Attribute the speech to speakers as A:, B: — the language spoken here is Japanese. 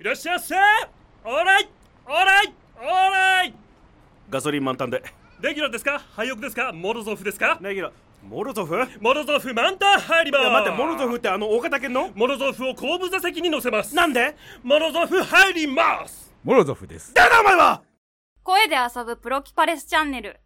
A: いらっしゃいませオーライオーライオーライ
B: ガソリン満タンで
A: レギュラーですか廃屋ですかモロゾフですか
B: レギュラーモロゾフいや
A: モロゾフ満タン入ります
B: 待ってモロゾフってあの大型犬の
A: モロゾフを後部座席に乗せます
B: なんで
A: モロゾフ入ります
C: モロゾフです。
B: 誰だお前は
D: 声で遊ぶプロキパレスチャンネル